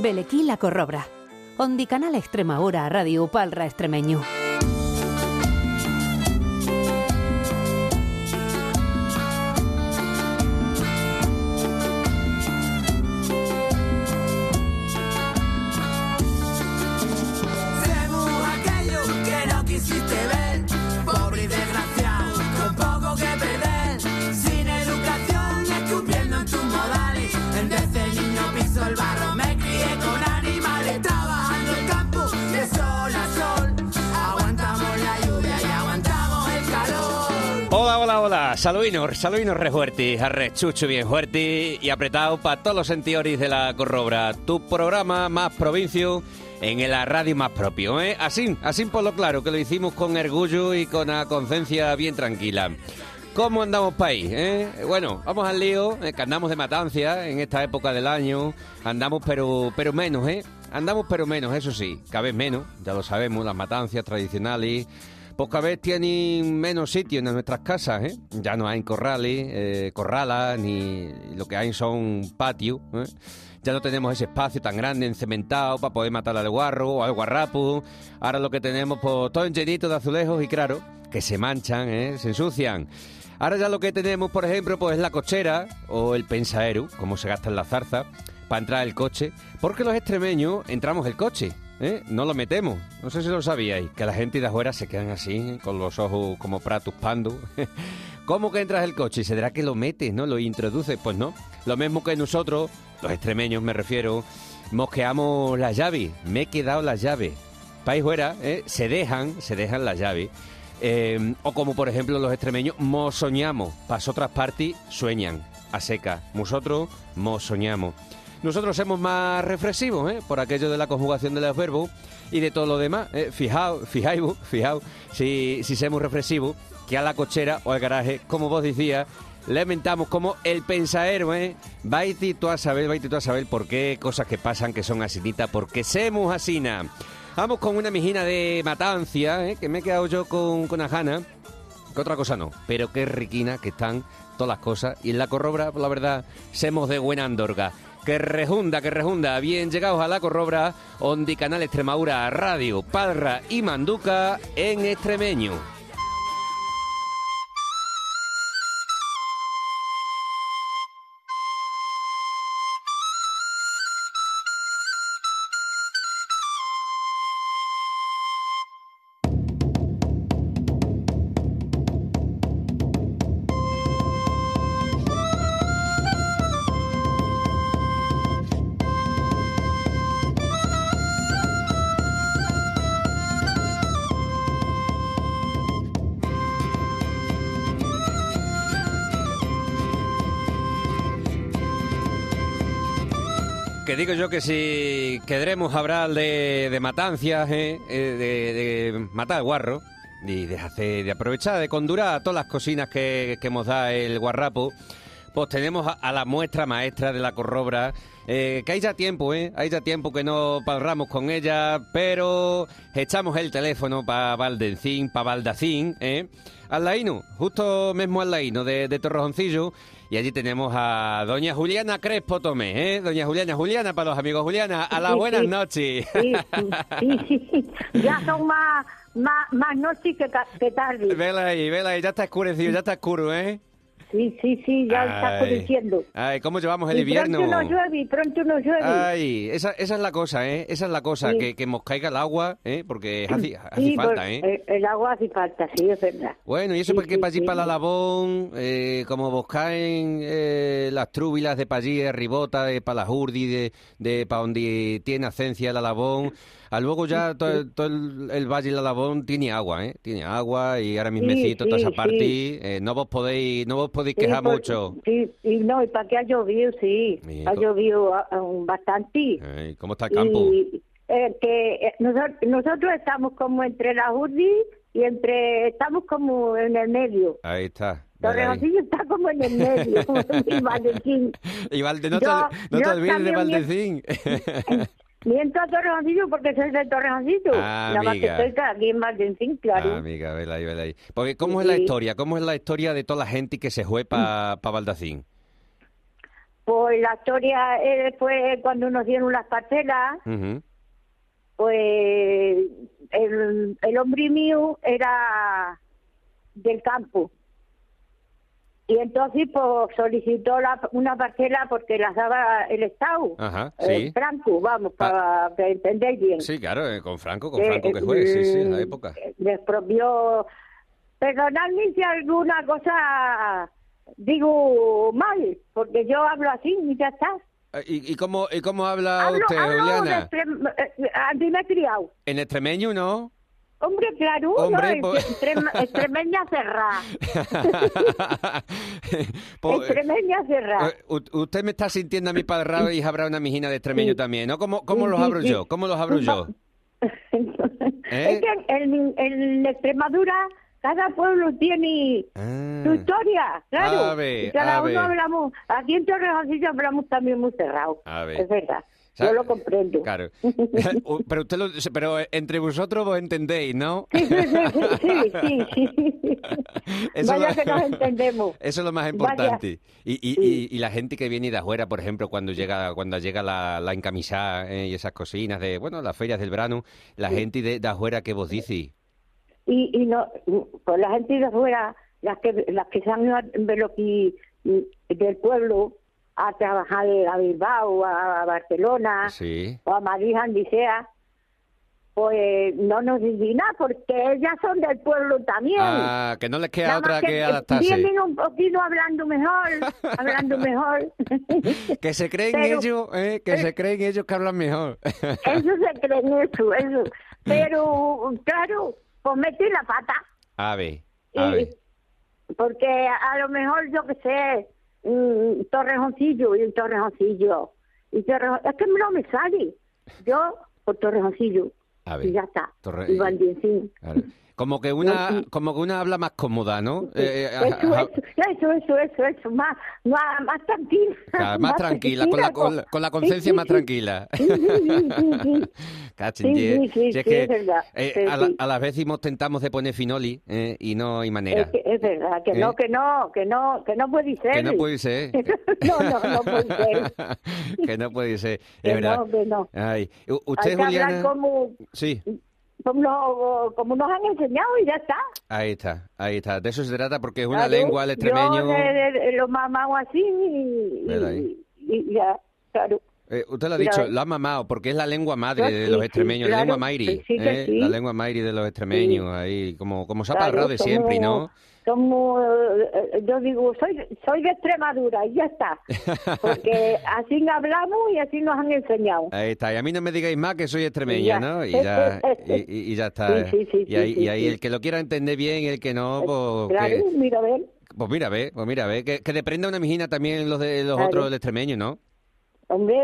Velequí la corrobra. Ondicanal Extremadura, Radio Palra Extremeño. Seremos aquello que no quisiste ver, pobre y desgraciado, con poco que perder, sin educación, escupiendo en tus modales, en desde niño piso el barro, me crié con animales, trabajando el campo de sol a sol, aguantamos la lluvia y aguantamos el calor. Hola, hola, hola. Saluinos, saluinos re fuertes, arrechucho bien fuerte y apretado para todos los sentioris de la corrobra. Tu programa más provincio en el radio más propio, ¿eh? Así, así por lo claro, que lo hicimos con orgullo y con la conciencia bien tranquila. ¿Cómo andamos país? eh? Bueno, vamos al lío, eh, que andamos de matancia en esta época del año. Andamos pero, pero menos, ¿eh? Andamos pero menos, eso sí, cada vez menos, ya lo sabemos, las matanzas tradicionales pues cada vez tienen menos sitio en nuestras casas, ¿eh? Ya no hay corrales, eh, corralas, ni lo que hay son patios, ¿eh? Ya no tenemos ese espacio tan grande, encementado, para poder matar al guarro o al guarrapo. Ahora lo que tenemos, pues, todo llenito de azulejos y claro, que se manchan, ¿eh? Se ensucian. Ahora ya lo que tenemos, por ejemplo, pues es la cochera o el pensaero, como se gasta en la zarza, para entrar el coche. Porque los extremeños entramos el coche, ¿eh? no lo metemos. No sé si lo sabíais, que la gente de afuera se quedan así, con los ojos como pratus pando. ¿Cómo que entras el coche? ¿Será que lo metes, no? ¿Lo introduces? Pues no. Lo mismo que nosotros, los extremeños me refiero, mosqueamos las llaves. Me he quedado las llaves. País fuera, ¿eh? se dejan, se dejan las llaves. Eh, o como por ejemplo los extremeños, mos soñamos. Para otras partes, sueñan, a seca. Nosotros, mos soñamos. Nosotros somos más reflexivos, ¿eh? por aquello de la conjugación de los verbos y de todo lo demás. ¿eh? Fijaos, fijaos, fijaos, si, si somos reflexivos, que a la cochera o al garaje, como vos decías, le mentamos como el pensaero, ¿eh? Vaiti tú a saber, vaiti tú a saber por qué cosas que pasan que son asinitas, porque semos asina. Vamos con una mijina de matancia, ¿eh? que me he quedado yo con, con Ajana, que otra cosa no, pero qué riquina que están todas las cosas. Y en la corrobra, la verdad, semos de buena andorga. Que rejunda, que rejunda. Bien llegados a la corrobra, Ondi Canal Extremadura, Radio, Palra y Manduca en extremeño. Que digo yo que si queremos hablar de, de matancias, ¿eh? Eh, de, de matar al guarro y de, hacer, de aprovechar, de condurar a todas las cocinas que, que nos da el guarrapo, pues tenemos a, a la muestra maestra de la corrobra, eh, que hay ya tiempo, ¿eh? Hay ya tiempo que no parramos con ella, pero echamos el teléfono para Valdencín, para Baldacín, ¿eh? Al laíno, justo mismo al laíno de, de Torrejoncillo. Y allí tenemos a doña Juliana Crespo Tomé, ¿eh? Doña Juliana, Juliana, para los amigos, Juliana, a las Sí, buenas sí. noches. Sí, sí, sí, sí. Ya son más, más, más noches que, ta- que tarde. Vela ahí, vela ahí, ya está escurecido, ya está oscuro, ¿eh? Sí, sí, sí, ya está Ay. oscureciendo. Ay, ¿cómo llevamos el Y invierno? pronto no llueve, y pronto no llueve. Ay, esa, esa es la cosa, ¿eh? Esa es la cosa, Sí. que, que nos caiga el agua, ¿eh? Porque hace, hace Sí, falta, por- ¿eh? el- El agua hace falta, sí, es verdad. Bueno, y eso Sí, porque sí, para allí, sí. para la Labón, eh, como vos caen eh, las trúbilas de para allí, de Ribota, de Palajurdi, de, de para donde tiene ascencia la Labón, a luego ya todo, el- todo el, el valle de la Labón tiene agua, ¿eh? Tiene agua y ahora mismecito sí, toda esa sí. parte, eh, no vos podéis, no vos podéis Sí, quejar por- mucho. Sí, y no, y para que ha llovido, sí. Bien, Ha co- llovido ah, ah, bastante. Ay, Eh, ¿Cómo está el campo? Y, eh, que eh, nosotros, nosotros estamos como entre la URDI y entre estamos como en el medio. Ahí está. vela ahí. Torreoncillo está como en el medio, y Valdecín. Y Valde, no, Yo- te, no te yo olvides de también me- Valdecín. Miento a Torreoncillo porque soy de Torreoncillo. Ah, Nada más que amiga. estoy aquí en Valdecín, Ah, claro. amiga, vela ahí, vela ahí. Porque, ¿cómo es la Sí. Mm. historia? ¿Cómo es la historia de toda la gente que se fue para Baldacín? Pues la historia eh, fue cuando nos dieron las parcelas, Ujú. pues el, el hombre mío era del campo. Y entonces pues solicitó la- una parcela porque las daba el Estado, Ajá, Ah, eh, sí. Franco, vamos, Ah. para que entendáis bien. Sí, claro, eh, con Franco, con Eh, Franco que juegue, sí, sí, en la eh, época. Les propió... Perdonadme si alguna cosa digo mal, porque yo hablo así y ya está. Eh, ¿Y, y cómo, y cómo habla hablo, Ah, usted, hablo Juliana? de extrem- eh, a mí me he criado. ¿En extremeño, no? Hombre, claro, Hombre, no, pues- es, extrem- extremeña cerrada. Pues, eh, extremeña cerrada. Eh, u- usted me está sintiendo a mí para el rabo y habrá una mijina de extremeño Sí. también, ¿no? ¿Cómo, cómo Sí, los sí, abro sí. yo? ¿Cómo los abro yo? ¿Eh? Es que en, en- en Extremadura cada pueblo tiene Ah, su historia, claro. Ave, y cada ave. uno hablamos, aquí en Torrejoncillo hablamos también muy cerrado. Ave. Es verdad, sa- yo lo comprendo. Claro. U- pero usted lo- pero eh, entre vosotros vos entendéis, ¿no? Sí, sí, sí, sí, sí, sí. Eso Vaya lo- que nos entendemos. Eso es lo más Vaya. importante. Y, y, y, Sí. y la gente que viene de afuera, por ejemplo, cuando llega cuando llega la, la encamisada eh, y esas cocinas de, bueno, las ferias del verano, la gente de, de afuera que vos dices. y, y no pues la gente de fuera las que las que se han ido a- de lo que- mm, del pueblo a trabajar a Bilbao a, Barcelona Sí. o a Madrid Andisea pues no nos dicen nada porque ellas son del pueblo también Ah, que no les queda Nada más otra que, eh, adaptarse. vienen un poquito hablando mejor hablando mejor Que se creen Pero- ellos, eh, que se creen ellos que hablan mejor. eso se cree en eso eso pero claro pues meten la pata A ver, a Y, ver. porque a lo mejor yo que sé, mm, Torrejoncillo y un Torrejoncillo. Y Torrejon- es que no me sale. Yo por Torrejoncillo. A ver. Y ya está. Torre- eh, Y Valdencín. Claro. Como que una, y- como que una habla más cómoda, ¿no? Eh, eh, Eso, ajá, eso, eso, eso, eso, eso, más, más, más tranquila. ajá, más tranquila, con la, con la, con la conciencia más tranquila. Sí, sí, sí, sí, sí. Cachín, Sí, ye- sí, sí, si es sí, que, es verdad. eh, Sí, a, la- sí. a las veces hemos- tentamos de poner finoli eh, y no hay manera. Es, que- es verdad, que ¿Eh? no, que no, que no, que no puede ser. Que no puede ser. no, no, no puede ser. que no puede ser, es Que verdad. no, que no. Ay, u- Hay usted, que hablar Juliana... como, Sí. como, nos- como nos han enseñado y ya está. Ahí está, ahí está. De eso se trata porque es una Claro, lengua al extremeño. Yo de- de- de lo mamado así y, ¿Verdad y, y ya, claro. Eh, usted lo ha Mira, dicho, eh. lo ha mamado, porque es la lengua madre Pues de sí, los sí, extremeños, la claro, lengua mairi, pues sí que ¿eh? sí. la lengua mairi de los extremeños, ahí, como, como se ha claro, parrado de siempre, ¿no? Como, eh, yo digo, soy, soy de Extremadura y ya está. Porque así hablamos y así nos han enseñado. Ahí está, y a mí no me digáis más que soy extremeña, Ya. Eh, ¿no? Y ya, y, y- y ya está. Sí, sí, sí, y ahí, sí, y ahí sí. Eh, el que lo quiera entender bien, el que no, pues, claro, que- mira, a ver, pues mira, ve, pues mira, ve, que, que deprenda una mijina también los de los Claro. otros del extremeño, ¿no? hombre,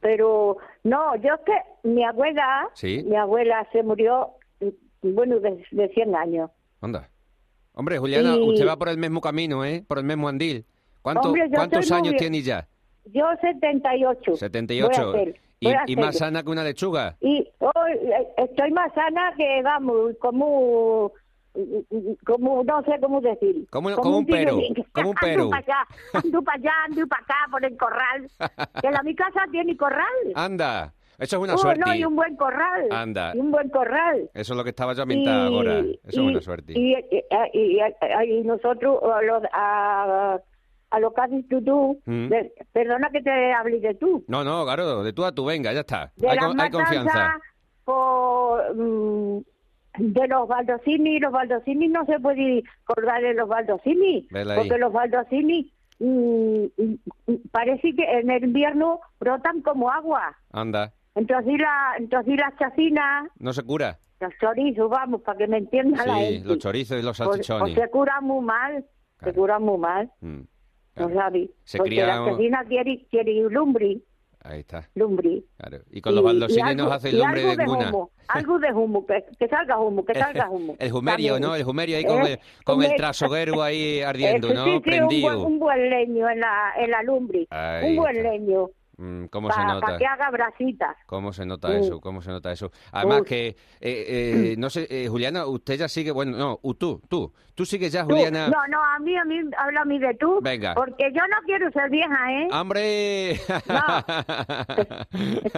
pero no, yo es que mi abuela, Sí. mi abuela se murió, bueno, de, de 100 años. Onda. Hombre, Juliana, Y- usted va por el mismo camino, ¿eh? Por el mismo andil. ¿Cuánto- Hombre, yo ¿Cuántos estoy muy años bien. tiene ya? Yo 78. 78. Voy a hacer, Y, voy a y más hacer. sana que una lechuga. Y hoy eh, estoy más sana que, vamos, como, como no sé cómo decir. Como- como un tigre. pero, como un pero. Ando para allá, ando para allá, ando para acá, por el corral. Que la mi casa tiene corral. Anda, eso es una Oh, Ah, suerte. no, y un buen corral. Anda. Y un buen corral. Eso es lo que estaba yo a mentar ahora. Eso es una suerte. Y, y- y- y- y nosotros, a los, a, a los casi tú, tú Mm. de- perdona que te hable de tú. No, no, claro, de tú a tú, venga, ya está. de hay, las con- hay confianza. matanzas por, mm, de los baldocini, los baldocini no se puede colgar de los baldocini, Vela ahí. porque los baldocini mm, mm, parece que en el invierno brotan como agua. Anda, Entonces, la, entonces las chacinas, no se cura. los chorizos, vamos, para que me entienda la Sí, gente. los chorizos y los Pues- salchichones. pues se curan muy mal, Claro. se curan muy mal, Mm, no claro, sabes. Se porque cría- las chacinas quieren quiere lumbre, Ahí está, lumbre. claro. Y con los baldosines nos hace el hombre hombre de cuna. Humo, algo de humo, que, que salga humo, que salga humo. El jumerio, También. ¿no? El jumerio ahí con Eh, el, con el humer- trasoguero ahí Eh, ardiendo, sí, ¿no? sí, sí, un, buen, Prendido. un buen leño en la, en la lumbre. Ahí un buen está. leño. Mm, ¿Cómo se para, nota? que haga brasitas. ¿Cómo se nota Sí. eso? ¿Cómo se nota eso? Además Uy. que, eh, eh, no sé, eh, Juliana, usted ya sigue, bueno, no, u- tú, tú, tú sigues ya, Tú, Juliana. No, no, a mí, a mí, habla a mí de tú. Venga. Ah, Porque yo no quiero ser vieja, ¿eh? ¡Hambre!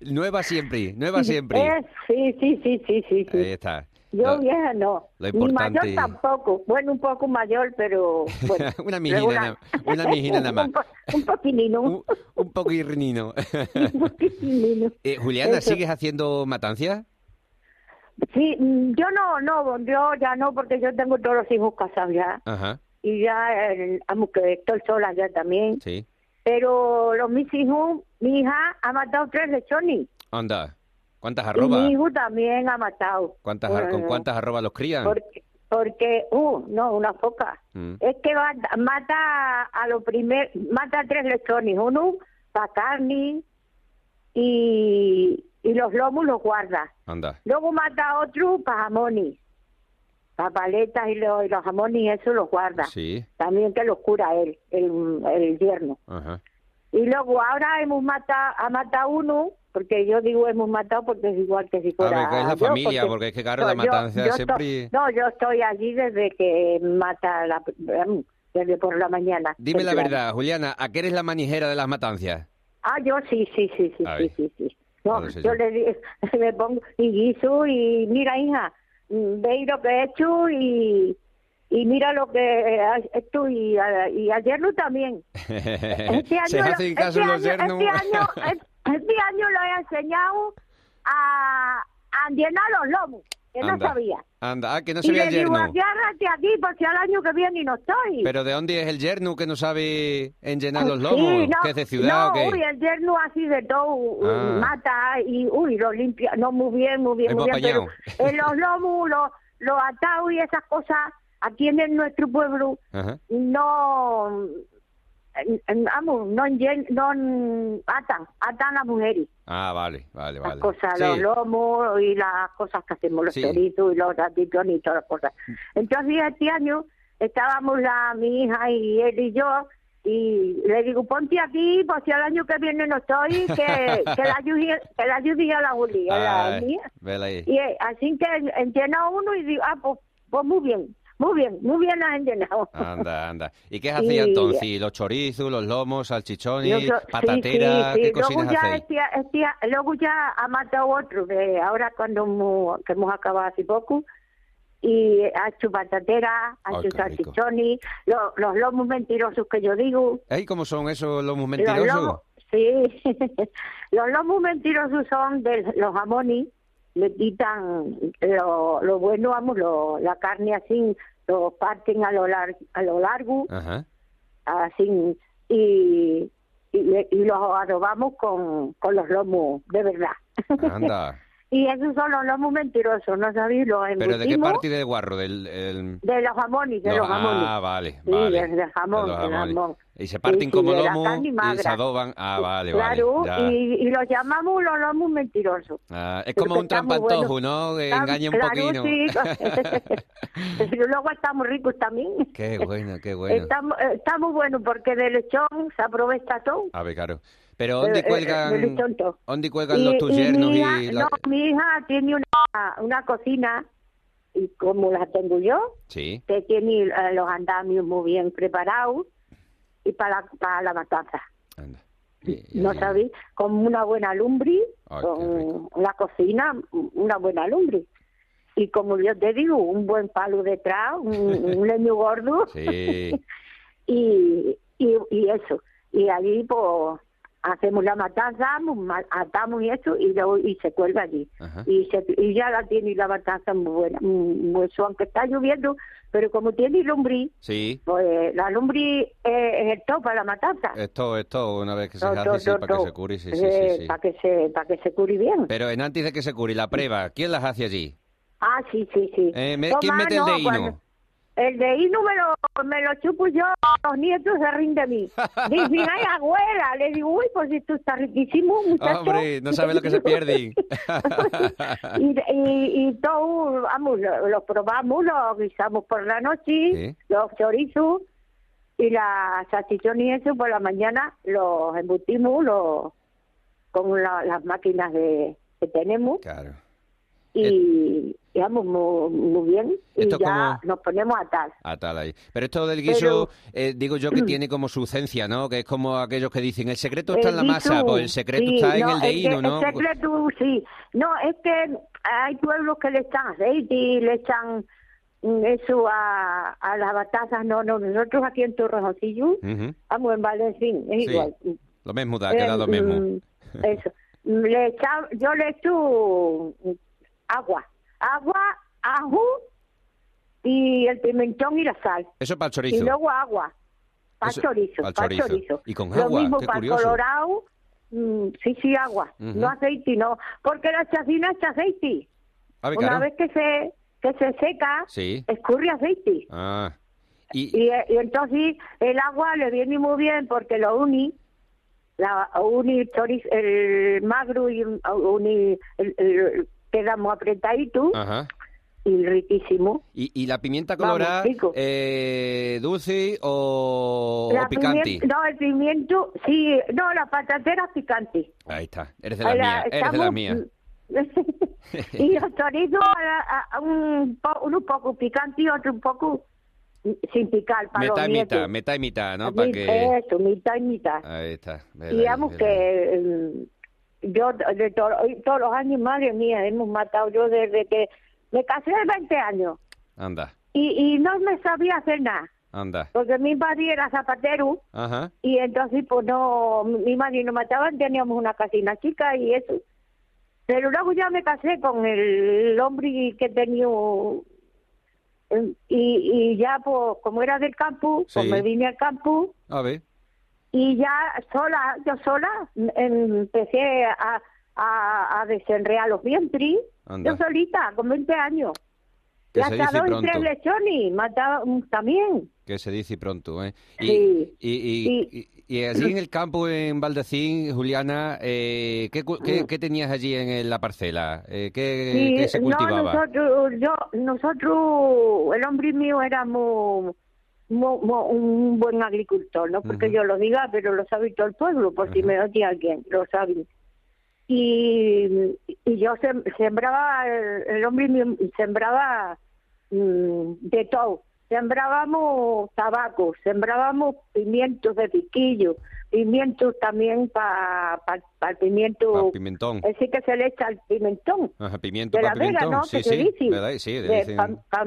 nueva siempre, nueva siempre. Eh, sí, sí, sí, sí, sí. sí. Ahí está. Yo Lo- vieja no. lo Ni importante- mayor tampoco. Bueno, un poco mayor, pero... Bueno, Una mijina regular. na- una mijina nada más. pues, un, po- un poquinino. Un, un poco irnino. un poquinino. Eh, Juliana, Eso. ¿sigues haciendo matanzas? Sí, mm, yo no, no, yo ya no, porque yo tengo todos los hijos casados ya. Ajá, Y ya, eh, amo que estoy sola ya también. sí. Pero los mis hijos, mi hija ha matado tres lechones. Anda, ¿cuántas Y arrobas? mi hijo también ha matado. ¿Cuántas, ar- ¿Con Bueno, cuántas arrobas los crían? Porque, porque uh, no, una foca. Mm. Es que va- mata a lo primer, mata a tres lechones, uno para carne y, y los lomos los guarda. Anda, Luego mata a otro para jamones, para paletas y, lo- y los jamones, y eso los guarda. sí, También que los cura él, el, el yerno. ajá, Y luego ahora hemos matado, ha matado uno, porque yo digo hemos matado porque es igual que si fuera. A ver, es la yo, familia, porque es que, claro, la yo- matanza yo siempre- estoy- no, yo estoy allí desde que mata la, em, desde por la mañana. Dime la temprano. verdad, Juliana, ¿a qué eres la manijera de las matanzas? Ah, yo sí, sí, sí, sí, A ver. sí, sí, sí. No, Claro, sí, yo sí. le di- me pongo y guiso y mira, hija, mm, veis lo que he hecho y, y mira lo que he hecho y, a- y ayer no también. Este año, Se lo- hacen caso este los año- yernos. este año- este- este año lo he enseñado a, a llenar los lomos, que no Anda, sabía. Anda, ah, que no y se ve le el digo, yerno. agárrate aquí porque al año que viene no estoy. Pero ¿de dónde es el yerno que no sabe enllenar los Ah, Sí, lomos? no, ¿Que es de ciudad no, o qué? uy, el yerno así de todo Ah. mata y uy, lo limpia, no muy bien, muy bien, Hemos muy bien, pero apañado. en los lomos, los los atados y esas cosas, aquí en nuestro pueblo, Ajá. no en- en- vamos, no, enllen- no atan, atan a mujeres, Ah, vale, vale, las vale. cosas, Sí. los lomos y las cosas que hacemos, los Sí. Mm. peritos y los ratitos y todas las cosas. Entonces este año estábamos la, mi hija y él y yo y le digo, ponte aquí, pues si al año que viene no estoy, que, que la ayude que la ayude a la Juli, a la Ay, mía. Ah, vela ahí. Y eh, así que en- enllenó uno y digo, ah, pues, pues muy bien, muy bien, muy bien la han llenado. Anda, anda. ¿Y qué hacía Y- entonces? ¿Los chorizos, los lomos, Yo salchichones, creo- sí, patateras? sí, sí. ¿Qué cocinas luego ya, hacéis? este- este- luego ya ha matado otro, de ahora cuando hemos, que hemos acabado hace poco, y ha hecho patatera, ha Ay, hecho qué rico. salchichoni, lo- los lomos mentirosos que yo digo. Ay, ¿Cómo son esos lomos Los mentirosos? lomos, sí, los lomos mentirosos son de los jamones, le quitan lo, lo bueno, vamos, lo- la carne así, lo parten a lo, lar- a lo largo Ajá. así y, y, y los adobamos con, con los lomos, de verdad. Anda. y esos son los lomos mentirosos, ¿no sabéis? Los ¿Pero de qué embutimos parte del guarro? ¿Del el- De los jamones, de No, los jamones. Ah, vale, Sí, vale. de- de jamón, de jamón. Y se parten Sí, sí, como de la lomo carne y se magra. adoban. Ah, vale, claro, vale. ya. y, y los llamamos los lomos mentirosos. Ah, es como Porque un está muy trampantojo, bueno. ¿no? Que Está- Pues engaña un claro, poquito. Sí. Pero luego estamos ricos también. qué bueno, qué bueno. Está, eh, está muy bueno porque de lechón se aprovecha todo. A ver, claro. Ah, Pero ¿dónde Eh, eh, cuelgan, del tonto. ¿dónde cuelgan los tus yernos mi y, hija, la- No, mi hija tiene una, una cocina, y como la tengo yo, Sí, que tiene eh, los andamios muy bien preparados y para, para la matanza. anda. Y- y no allí- sabéis, con una buena lumbre, Ay, qué con la cocina, una buena lumbre. Y como yo te digo, un buen palo detrás, un, un leño gordo Sí, y, y, y eso. Y allí, pues, hacemos la matanza, ma- atamos y eso, y, luego, y se cuelga allí. Ajá. Y, se- y ya la tiene la matanza muy buena. mm, muy su- aunque está lloviendo, pero como tiene lombriz, sí. pues la lombriz eh, es el top para la matanza. Esto, esto, una vez que Eh, se To- hace, to- sí, to- para que to. se cure, sí, sí, Eh, sí. sí. Eh, Para que, se- para que se cure bien. Pero en antes de que se cure, la prueba, ¿quién las hace allí? Ah, sí, sí, sí. Eh, me- Toma, ¿Quién mete el no, de hino? cuando- El de hino me lo, me lo chupo yo, los nietos se ríen de mí. Dicen, ay, abuela, le digo, uy, pues si tú estás riquísimo, muchacho. Ah, Hombre, no sabes lo que se pierden. y, y, y todo, vamos, lo, lo probamos, lo guisamos por la noche, Sí. los chorizos, y la salchichón y eso por la mañana los embutimos los, con la- las máquinas de, que tenemos Claro. y, y vamos muy, muy bien y Eh, Esto ya es como- nos ponemos a tal. Ah, tal ahí. Pero esto del Pero- guiso, eh, digo yo que tiene como su esencia, ¿no? Que es como aquellos que dicen, el secreto está en la El masa, guiso, pues el secreto Eh, sí, está en no, el es que deíno, ¿no? El secreto, sí. No, es que hay pueblos que le echan aceite y le echan mm, eso a, a las batatas. No, no, nosotros aquí en Torrejoncillo, Ujú. vamos, en Valdecín, es Mm. Sí, igual. Lo mismo da, queda lo Eh, mismo. mm, Eso. Le echa- yo le echo mm, agua, agua, ajo y el pimentón y la sal. Eso para el Y chorizo. luego agua. Pa' Eso- chorizo, pa'l pa' chorizo. chorizo. Y con Lo agua, mismo qué para curioso. colorado, mm, sí, sí, agua. Ujú. No aceite, no. Porque la chacina es aceite. A ver, Una claro. vez que se que se seca, ¿Ah, Sí. escurre aceite. Ah. Y, Y, eh, y entonces el agua le viene muy bien porque lo uní. La uní chorizo, el magro y un- uní, el, el- queda muy apretadito ajá. y riquísimo. Y, y la pimienta Vamos, colorada, pico. eh, dulce o, o La picante. pimien- no, el pimiento, sí, no, la patatera picante. Ahí está. Eres de las Ahora, mías. Eres de las estamos- mías. y los chorizos a- a- a un, po- uno un poco picante y otro un poco sin picar para Mitad los y mitad, nietos. mitad y mitad, ¿no? Así, Para que... Ah, Eso, mitad y mitad. Ahí está. y digamos que eh, yo de to- todos los años, madre mía, hemos matado yo desde que me casé de 20 años Anda, y, y no me sabía hacer nada, anda. porque mi padre era zapatero. Ajá. Y entonces, pues no, mi madre y no mataban, teníamos una casina chica y eso. Pero luego ya me casé con el hombre que tenía. eh, Y, y ya, pues, como era del campo, pues Sí. me vine al campo A ver. y ya sola, yo sola, em- empecé a, a, a desenrear los vientres. Anda. Yo solita, con 20 años. Que Y se hasta dice dos y pronto. tres lechones, mataba mm, también. Que se dice pronto, ¿eh? Y, Sí. y, y, y- y así en el campo en Valdecín, Juliana, eh, ¿qué, cu- qué, qué tenías allí en, en la parcela? Eh, ¿qué, Sí, qué se cultivaba? No, nosotros, yo, nosotros, el hombre mío era muy, muy- muy- un buen agricultor, no porque Ujú. yo lo diga, pero lo sabe todo el pueblo, por si Ujú. me oye alguien, lo sabe. Y, y yo sem- sembraba, el, el hombre mío sembraba mm, de todo. Sembrábamos tabaco, sembrábamos pimientos de piquillo, pimientos también para el Pa' pimiento, Ah, pimentón. es decir, que se le echa el pimentón Ajá, pimiento eh, de pa' la vega, pimentón. ¿no? Sí, que sí. se dice. ¿Verdad? Sí, le dicen- Para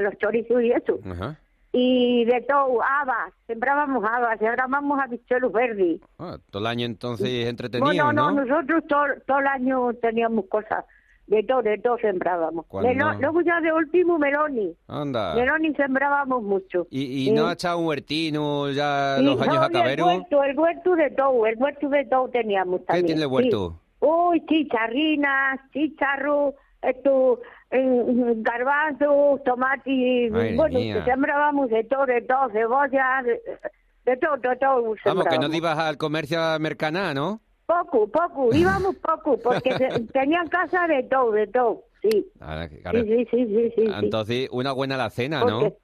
los chorizos y eso. Ajá. Y de todo, habas, sembrábamos habas, sembrábamos habichuelos verdes. Ah, todo el año entonces entretenido, Bueno, ¿no? no, nosotros todo, todo el año teníamos cosas, de todo, de todo sembrábamos. Cuando- Melo- Luego ya de último, meloni. Anda. Meloni sembrábamos mucho. Ah. ¿Y, y Sí. no ha echado un huertino ya Y los años no, y acaberos? El huerto, el huerto de todo, el huerto de todo teníamos también. tiene el huerto? sí. Uy, chicharrinas, chicharro, esto, eh, garbanzos, tomates, Madre bueno, mía. que sembrábamos de todo, de todo, cebollas, de, de todo, de todo Vamos, que no sembrábamos. te ibas al comercio a Mercaná, ¿no? Poco, poco, íbamos poco, porque se- tenían casa de todo, de todo, sí. Ahora Ah, que- Sí, claro. sí, sí, sí, sí, sí. Entonces, una buena la cena, Porque,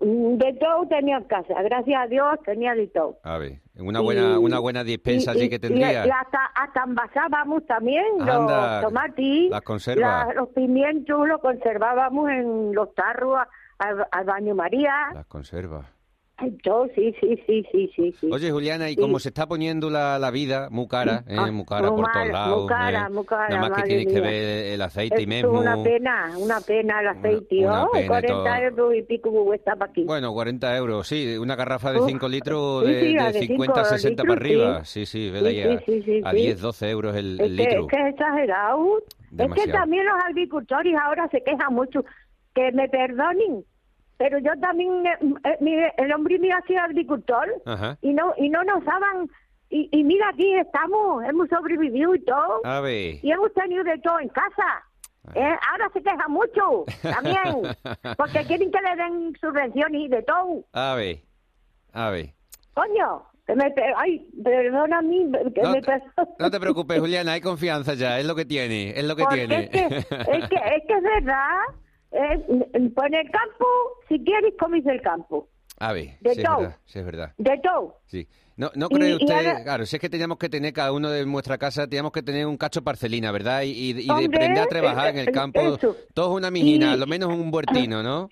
¿no? mm, De todo tenían casa, gracias a Dios tenía de todo. A ver, una buena, Y- una buena dispensa y- así y- que tendría. Y, hasta, hasta envasábamos también Anda, los tomates, las conservas. los pimientos los conservábamos en los tarros a- al, al baño María. Las conservas. Yo, sí, sí, sí, sí, sí. sí. Oye, Juliana, y como se está poniendo la, la vida muy cara, ¿eh? Ah, muy cara muy por todos mal, lados. muy cara, ¿eh? muy cara, Nada más que madre tienes que mía. ver el aceite y es mismo. una pena, una pena el aceite. una oh, pena y 40 todo. euros y pico cuesta para aquí. Bueno, 40 euros, sí, una garrafa de Uf, 5 litros sí, de, sí, la de de 50, 5 60 para litros, arriba. Sí, sí, vela Sí, ahí sí, sí, sí, a, a sí. 10, 12 euros el, el es, que, litro. es que es exagerado. Es que Demasiado. también los agricultores ahora se quejan mucho. Que me perdonen, pero yo también, eh, eh, mire, el hombre mío ha sido agricultor Ajá. y no y no nos daban. Y, y mira, aquí estamos, hemos sobrevivido y todo, A ver. y hemos tenido de todo en casa. ¿eh? Ahora se quejan mucho también, porque quieren que le den subvenciones y de todo. A ver. A ver. Coño, que me, per- ay, perdona a mí, que No, me te- perdona. no te preocupes, Juliana, hay confianza ya, es lo que tiene, es lo que Porque tiene. es que, es que, es que es verdad. eh, pues en el campo, si quieres, comes del campo. Ave, De sí es todo. verdad, sí es verdad. De todo. Sí. No, no Y- cree y usted, ahora- claro, si es que teníamos que tener cada uno de nuestra casa, teníamos que tener un cacho parcelina, ¿verdad? Y, y- y de Hombre, aprender a trabajar en eh, el eh, campo, eso. todos una mijina, Y- lo menos un huertino, ¿no?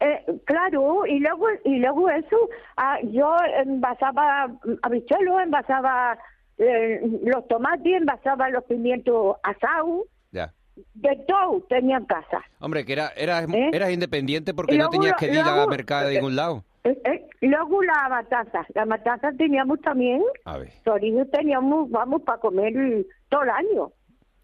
Eh, claro, y luego y luego eso, ah, yo envasaba habichuelos, envasaba eh, los tomates, envasaba los pimientos asados, Ya. de todo tenía en casa. Hombre, que era, eras, ¿Eh? eras independiente porque Y no luego tenías lo- que ir a luego- mercado de ningún lado. Eh, eh, y luego la matanza, la matanza teníamos también, A ver, Torino teníamos, vamos, para comer todo el año.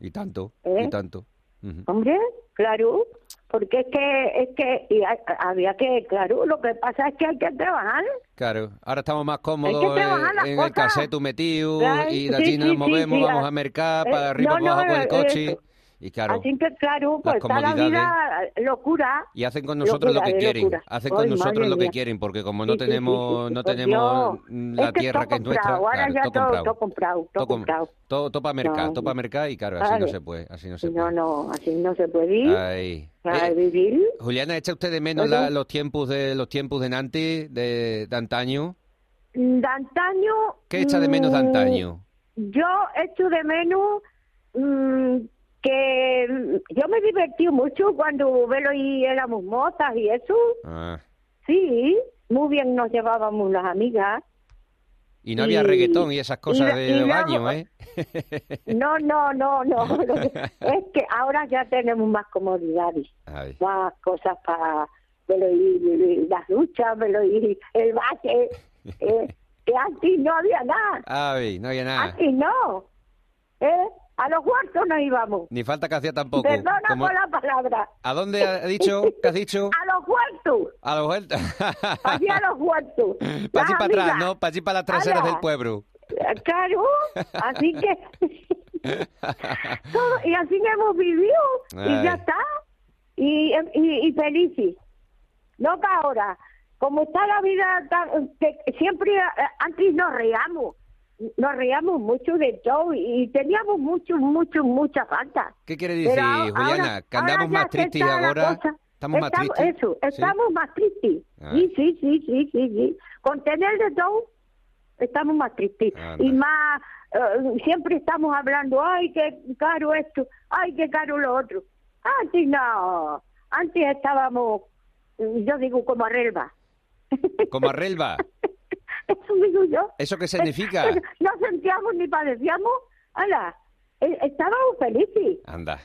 y tanto, ¿Eh? y tanto. Ujú. Hombre, claro, porque es que, es que y ha- había que, claro, lo que pasa es que hay que trabajar. Claro, ahora estamos más Hay cómodos que trabajar eh, las en el cosas. caseto metido Claro, y de sí, allí nos sí, sí, movemos, sí, vamos a- a mercar para eh, arriba, no, para abajo no, con el eh, coche. eh, y claro, Así que, claro, las pues está la comodidades. vida locura. Y hacen con nosotros Locura, lo que de quieren, locura. hacen con Ay, nosotros madre lo que mía. quieren, porque como Sí, no sí, sí, tenemos, sí, no por tenemos Dios. mm, Es la que tierra todo que es nuestra, comprado, ahora claro, ya todo todo- comprado, todo comprado, todo com- comprado. todo, todo para mercar, No. todo para mercar y claro, así no Claro. se puede, así no se No, puede. no, así no se puede ir Ay. a Eh, vivir. Juliana, ¿echa usted de menos Oye. la- los tiempos de los tiempos de Nantes, de, de antaño? De antaño... ¿Qué echa de menos de mm, antaño? Yo echo de menos mm, que mm, yo me divertí mucho cuando Velo y éramos mozas y eso. Ah. Sí, muy bien nos llevábamos las amigas. Y no había Y- reggaetón y esas cosas y- de y luego- baño, ¿eh? No, no, no, no. es que ahora ya tenemos más comodidades, Ay, más cosas para Velo y, y las duchas, Velo y el base. eh, que antes no había nada. ay, no había nada. Antes no. ¿eh? A los cuartos nos íbamos. Ni falta que hacía tampoco. Perdona Como- por la palabra. ¿A dónde ha dicho? ¿Qué has dicho? A los huertos. A los vuelta. Allí a los huertos. Para Las allí para atrás, amigas. ¿no? Para allí para las traseras Ala. del pueblo. Eh, Claro. Así que. todo, y así que hemos vivido. Y ya Ay. está. Y, y, y felices. No para ahora. Como está la vida, tan- que siempre eh, antes nos reamos. Nos reamos mucho de todo y teníamos mucho, mucho, mucha falta. ¿Qué quiere decir, Pero ahora- Juliana? que ahora andamos ya más se tristes está la ahora. cosa. Estamos más tristes. Eso, ¿Sí? estamos más tristes. Ah. Sí, sí, sí, sí, sí, sí. Con tener de todo, estamos más tristes. Anda. Y más, eh, siempre estamos hablando, ay, qué caro esto, ay, qué caro lo otro. Antes no, antes estábamos, yo digo, como relva. Como arrelva. Eso digo yo. ¿Eso qué significa? No sentíamos ni padecíamos, ala, eh, estábamos felices. Anda.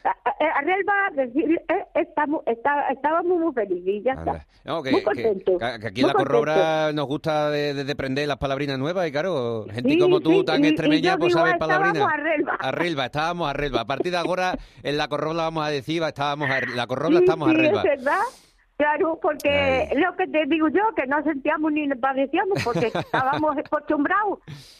Ariel va a decir, eh, estamos, está, estábamos muy felices y ya Anda. está. No, que, muy que- contento. que aquí en muy la contento. Corrobra nos gusta de, de- de aprender las palabrinas nuevas y claro, gente Sí, como tú, sí, tan y- y extremeña, yo pues digo, sabes "Ah, palabrinas. estábamos a relva". relva, estábamos a relva. A partir de ahora en la Corrobla vamos a decir, va, estábamos a, la Sí, Corrobla estamos a sí, relva. es verdad. Claro, porque Ay. lo que te digo yo, que no sentíamos ni nos padecíamos, porque estábamos acostumbrados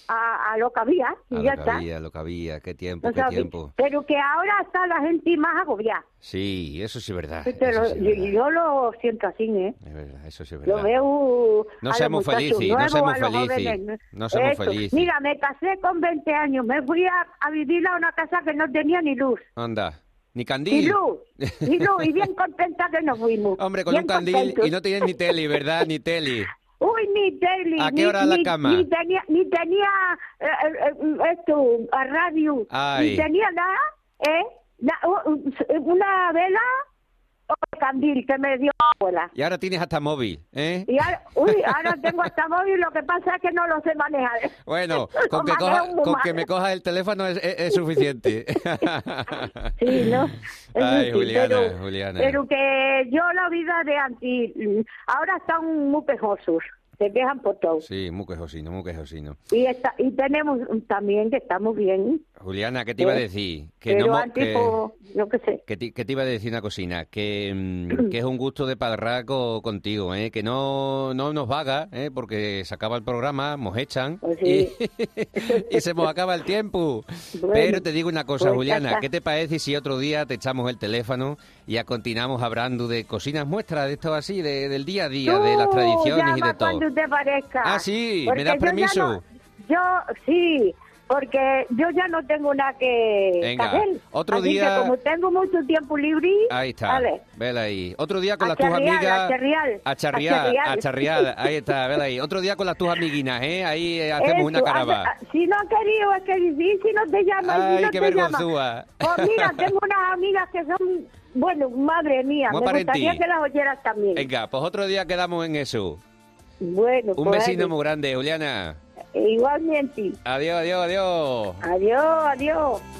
a, a lo que había y Ah, lo ya que está. había, lo que había, qué tiempo, No qué sabes. tiempo. Pero que ahora está la gente más agobiada. Sí, eso sí es verdad. Yo te eso lo- sí es yo, verdad. yo lo siento así, ¿eh? Es verdad, eso sí es verdad. Lo veo. uh, No a los seamos muchachos felices, no nuevos, seamos a los felices, jóvenes. no seamos Eso. felices. Mira, me casé con 20 años, me fui a, a vivir a una casa que no tenía ni luz. Anda, ni Ni candil. luz, ni luz, y bien contenta que nos fuimos. Hombre, con bien un candil contentos. y no tenías ni tele, ¿verdad? Ni tele. Uy, ni tele. ¿A qué ni- hora la ni- cama? Ni tenía, ni tenía eh, eh, eh, esto, a radio. Ay. Ni tenía nada, ¿eh? Na- u- u- una vela o candil que me dio mi abuela. Y ahora tienes hasta móvil, ¿eh? Y ahora, uy, ahora tengo hasta móvil, lo que pasa es que no lo sé manejar. Bueno, Lo con que, manejo coja- muy con mal. que me cojas el teléfono es, es- es suficiente. Sí, ¿no? Es Ay, útil, Juliana, pero, Juliana. Pero que yo la vida de antes, mm, ahora están muy pejosos, se quejan por todo. Sí, muy quejosino, muy quejosino. Y, está, y tenemos mm, también que estamos bien, Juliana, ¿qué te iba a Eh, decir? Que pero mo- antes, que- pues, yo qué sé. Que te, que te iba a decir una cocina, que, mm, que es un gusto de padraco contigo, ¿eh? que no, no nos vaga, ¿eh? porque se acaba el programa, nos echan Pues y, sí. y se nos acaba el tiempo. Bueno, Pero te digo una cosa, pues ya Juliana, está. ¿qué te parece si otro día te echamos el teléfono y ya continuamos hablando de cocinas muestras, de esto así, de- del día a día, de las Tú tradiciones y llama de todo? cuando te parezca. Ah, sí, ¿me Porque das yo ya permiso? no- yo, sí, porque yo ya no tengo nada que que Venga, hacer. otro Así día- Que como tengo mucho tiempo libre, Ahí está. ¿sabes? Vela ahí. Otro día con A las tus charrear, amigas. a charrear, A charrear, a charrear. a charrear. Ahí está, vela ahí. Otro día con las tus amiguinas, ¿eh? Ahí eh, hacemos Eso, una caraba. hace- ah, a- Si no ha querido, es que sí, si no te llama, y Ay, si no qué te vergonzúa. llama. Pues mira, tengo unas amigas que son, bueno, madre mía, Muy me para en ti. gustaría que las oyeras también. Venga, pues otro día quedamos en eso. Bueno, Un pues, vecino muy grande, Juliana. igualmente. Adiós, adiós, adiós. Adiós, adiós.